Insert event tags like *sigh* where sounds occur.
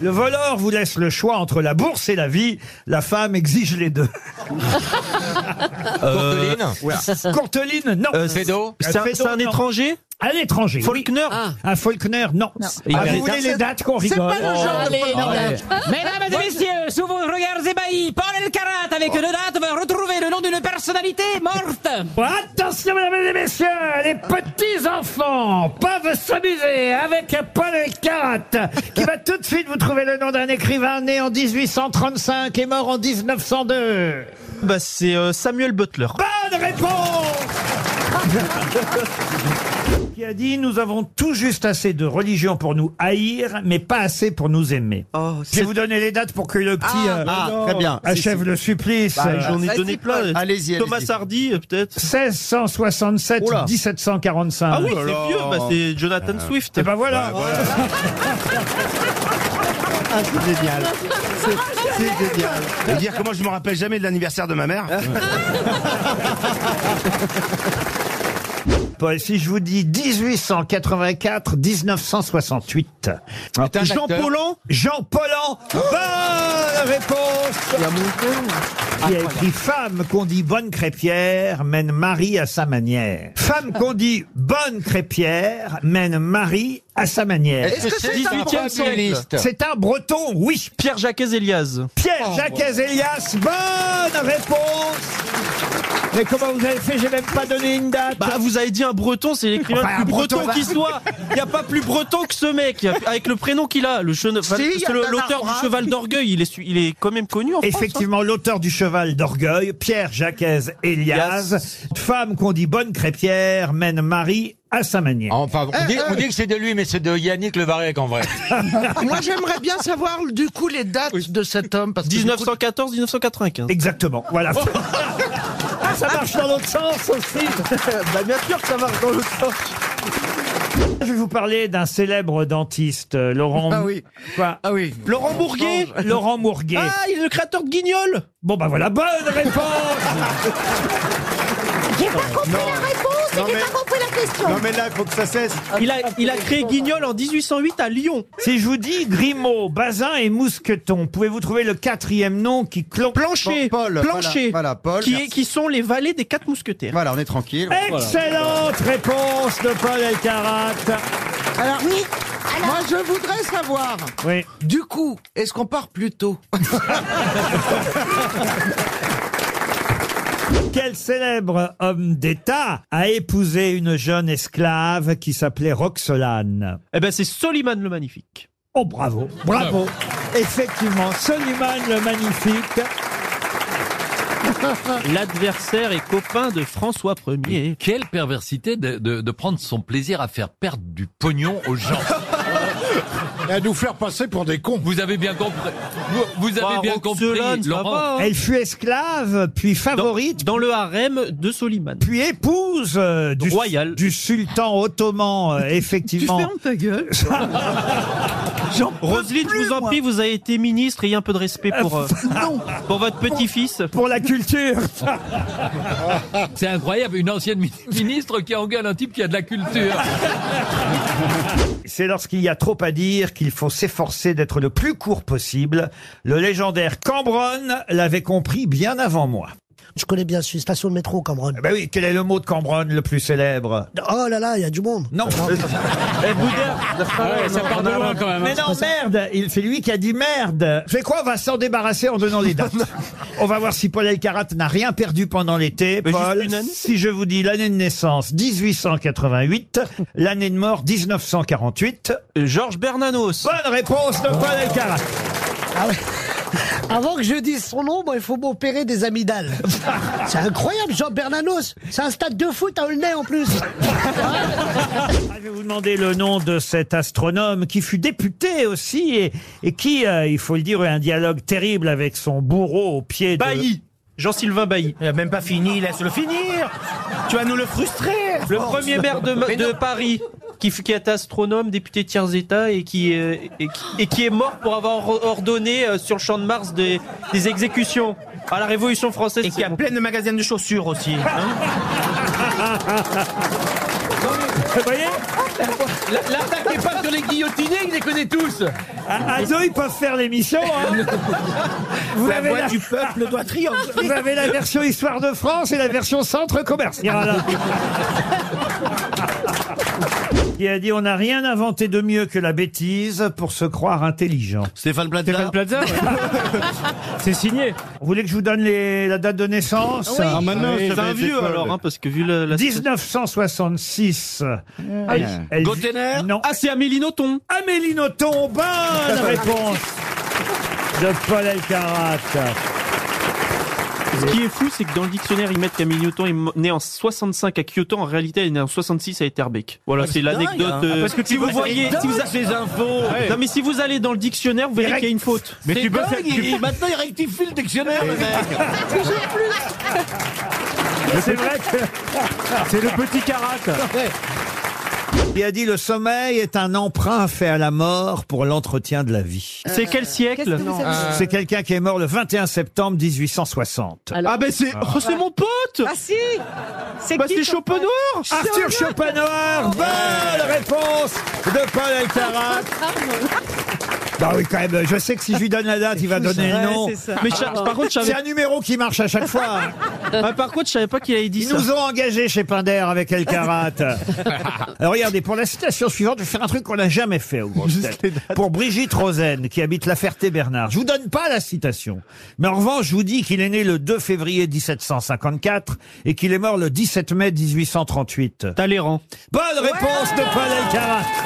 Le voleur vous laisse le choix entre la bourse et la vie. La femme exige les deux. Courteline Euh, Ouais. Courteline, non. Euh, Fédo C'est un- Fédo, c'est un non. étranger À l'étranger. oui. Faulkner Un Faulkner, non. Il Ah, a vous les voulez les dates qu'on rigole Mesdames et messieurs, sous vos regards ébahis, Paul Elkarat avec le date va retrouver le nom d'une personnalité morte. Bon, Oh, Attention, mesdames et messieurs, les petits enfants peuvent s'amuser avec Paul Elkarat, qui va tout de suite vous trouver le nom d'un écrivain né en 1835 et mort en 1902. Bah, c'est euh, Samuel Butler. Bonne réponse *laughs* Qui a dit Nous avons tout juste assez de religion pour nous haïr, mais pas assez pour nous aimer. Oh, Je vais vous donner les dates pour que le petit euh, Ah, très bien. Bah, achève le supplice. Ah, Euh, J'en ai donné plein. Allez-y, Thomas allez-y. Hardy, euh, peut-être. 1667, Oula. 1745. Ah oui, Bah, c'est vieux, bah, c'est Jonathan Euh, Swift. Et ben voilà. Ah, c'est génial. C'est- C'est génial. Et dire que moi je me rappelle jamais de l'anniversaire de ma mère. Paul, si je vous dis 1884-1968. Jean Paulhan Jean Oh. Paulhan, bonne réponse Qui a écrit Femme qu'on dit bonne crêpière mène Marie à sa manière. Femme qu'on dit bonne crêpière mène Marie à sa manière. Est-ce que c'est un 18e sur les listes. C'est un breton, oui. Pierre-Jacques Elias. Pierre Jacques Elias, bonne réponse Mais comment vous avez fait J'ai même pas donné une date. Bah, vous avez dit un breton, c'est l'écrivain Enfin, le un plus breton, breton, bah- qui soit. Il n'y a pas plus breton que ce mec, avec le prénom qu'il a. Le chene- Si, il y a c'est le- Bernard l'auteur du Braque. Cheval d'Orgueil, il est, su- il est quand même connu en France, hein. Effectivement, l'auteur du Cheval d'Orgueil, Pierre Jacques Elias, femme qu'on dit bonne crêpière, mène Marie à sa manière. Ah, Enfin, on dit, on dit que c'est de lui, mais c'est de Yannick Le Varec en vrai. Moi, j'aimerais bien savoir du coup les dates de cet homme. Parce que, du coup, 1914, 1995. Exactement, voilà. Oh. Ah, ça marche dans l'autre sens aussi. *laughs* Bah, bien sûr que ça marche dans le sens. Je vais vous parler d'un célèbre dentiste, euh, Laurent. Ah oui. Quoi Ah oui. Laurent Bourguet Laurent Mourguet. Ah, il est le créateur de Guignol Bon, bah voilà, bonne *laughs* réponse. J'ai pas compris la réponse et Non, j'ai mais- pas compris la question. Non mais là il faut que ça cesse. Ah, il a, il a créé Guignol en 1808 à Lyon. Si je vous dis Grimaud, Bazin et Mousqueton, pouvez-vous trouver le quatrième nom qui clôt Plancher, Bon, Paul, Plancher, voilà, voilà, Paul, qui, est, merci. qui sont les valets des quatre mousquetaires. Voilà, on est tranquille. Excellente réponse de Paul Elkarat. Alors, oui. Moi, je voudrais savoir. Oui. Du coup, est-ce qu'on part plus tôt *laughs* Quel célèbre homme d'État a épousé une jeune esclave qui s'appelait Roxolane Eh ben, c'est Soliman le Magnifique. Oh bravo, bravo. Effectivement, Soliman le Magnifique. L'adversaire et copain de François Ier. Quelle perversité de, de- de prendre son plaisir à faire perdre du pognon aux gens. Et à nous faire passer pour des cons. Vous avez bien compris. Vous, vous avez Bah, bien compris, Roxelane, ça va, Laurent. hein. Elle fut esclave, puis Dans, favorite, dans le harem de Soliman. puis épouse euh, du, Royal. du sultan ottoman, euh, effectivement. ta *laughs* gueule. Roselyne, je vous en prie, vous avez été ministre, ayez un peu de respect *laughs* pour, euh, pour votre Euh, petit-fils. Pour la culture. *laughs* C'est incroyable, une ancienne mi- *laughs* ministre qui engueule un type qui a de la culture. C'est lorsqu'il y a trop à dire qu'il faut s'efforcer d'être le plus court possible. Le légendaire Cambronne l'avait compris bien avant moi. Je connais bien, je suis station de métro, Cameron. Eh Ben oui, quel est le mot de Cambronne le plus célèbre Oh là là, il y a du monde. Non. *laughs* Eh, Boudin. hein. Mais non, merde Il- C'est lui qui a dit merde C'est quoi On va s'en débarrasser en donnant les *laughs* dates. On va voir si Paul Elkarat n'a rien perdu pendant l'été. Mais juste Paul, une année. si je vous dis l'année de naissance 1888, l'année de mort 1948, Euh, Georges Bernanos. bonne réponse de Paul Elkarat. Ah *laughs* Avant que je dise son nom, bon, il faut m'opérer des amygdales. *laughs* C'est incroyable, Jean Bernanos. C'est un stade de foot à Aulnay en plus. Ah, Je vais vous demander le nom de cet astronome qui fut député aussi et, et qui, euh, il faut le dire, a eu un dialogue terrible avec son bourreau au pied de... Bailly. Jean-Sylvain Bailly. Il a même pas fini, laisse-le finir. Tu vas nous le frustrer. Le Oh. premier maire de, Ma- de Paris, qui, fut- qui est astronome, député de tiers état et qui, euh, et, qui, et qui est mort pour avoir or- ordonné euh, sur le champ de Mars des, des exécutions à la Révolution française. Et qui c'est a bon. plein de magasins de chaussures aussi. Vous voyez L'attaque n'est pas sur les guillotinés, il les connaît tous. À, à deux, Ah, ils peuvent faire l'émission. *laughs* hein. La voix du peuple doit triompher. Vous avez la version Histoire de France et la version Centre Commercial. Il a dit on n'a rien inventé de mieux que la bêtise pour se croire intelligent. Stéphane Plaza. *laughs* C'est signé. Vous voulez que je vous donne les- la date de naissance Oui. Ah, maintenant, Oui, ça c'est va un être vieux, école. alors, hein, parce que vu le- la- 1966. Elle- elle- Non. Ah, c'est Amélie Nothomb. Amélie Nothomb, *laughs* bonne réponse de Paul Elkarat. Ce qui est fou, c'est que dans le dictionnaire, ils mettent qu'Amélie Nothomb est née en 65 à Kyoto. En réalité, elle est née en 66 à Etterbeek. Voilà, Ah, c'est c'est dingue, l'anecdote. hein. euh, Ah, parce que si tu vous vois, voyez, c'est si vous dingue, avez ces infos. Ouais. Non, mais si vous allez dans le dictionnaire, vous verrez qu'il y a une faute. Mais tu peux faire- tu peux- maintenant, il rectifie le dictionnaire, le Ah, mec. C'est vrai *laughs* que c'est le petit caractère. Il a dit le sommeil est un emprunt fait à la mort pour l'entretien de la vie. C'est quel siècle Qu'est-ce que ça veut dire C'est quelqu'un qui est mort le 21 septembre 1860. Ah, ben c'est oh, c'est mon pote Ah si C'est bah, c'est Chopinoir Arthur Chopinoir Bonne réponse de Paul *laughs* Alcarat Ah, Bah oui, quand même, je sais que si je lui donne la date, il va fou, donner ça. le Ouais, nom. c'est ça. Mais cha- par contre, je savais- c'est un numéro qui marche à chaque fois. hein. Ah, par contre, je savais pas qu'il avait dit Ils ça. nous ont engagés chez Pinder avec Elkarat. Alors regardez, pour la citation suivante, je vais faire un truc qu'on n'a jamais fait au Grosses Têtes. Pour Brigitte Rosen, qui habite La Ferté-Bernard. Je vous donne pas la citation. Mais en revanche, je vous dis qu'il est né le 2 février 1754 et qu'il est mort le 17 mai 1838. Talleyrand. Bonne réponse de Paul Elkarat.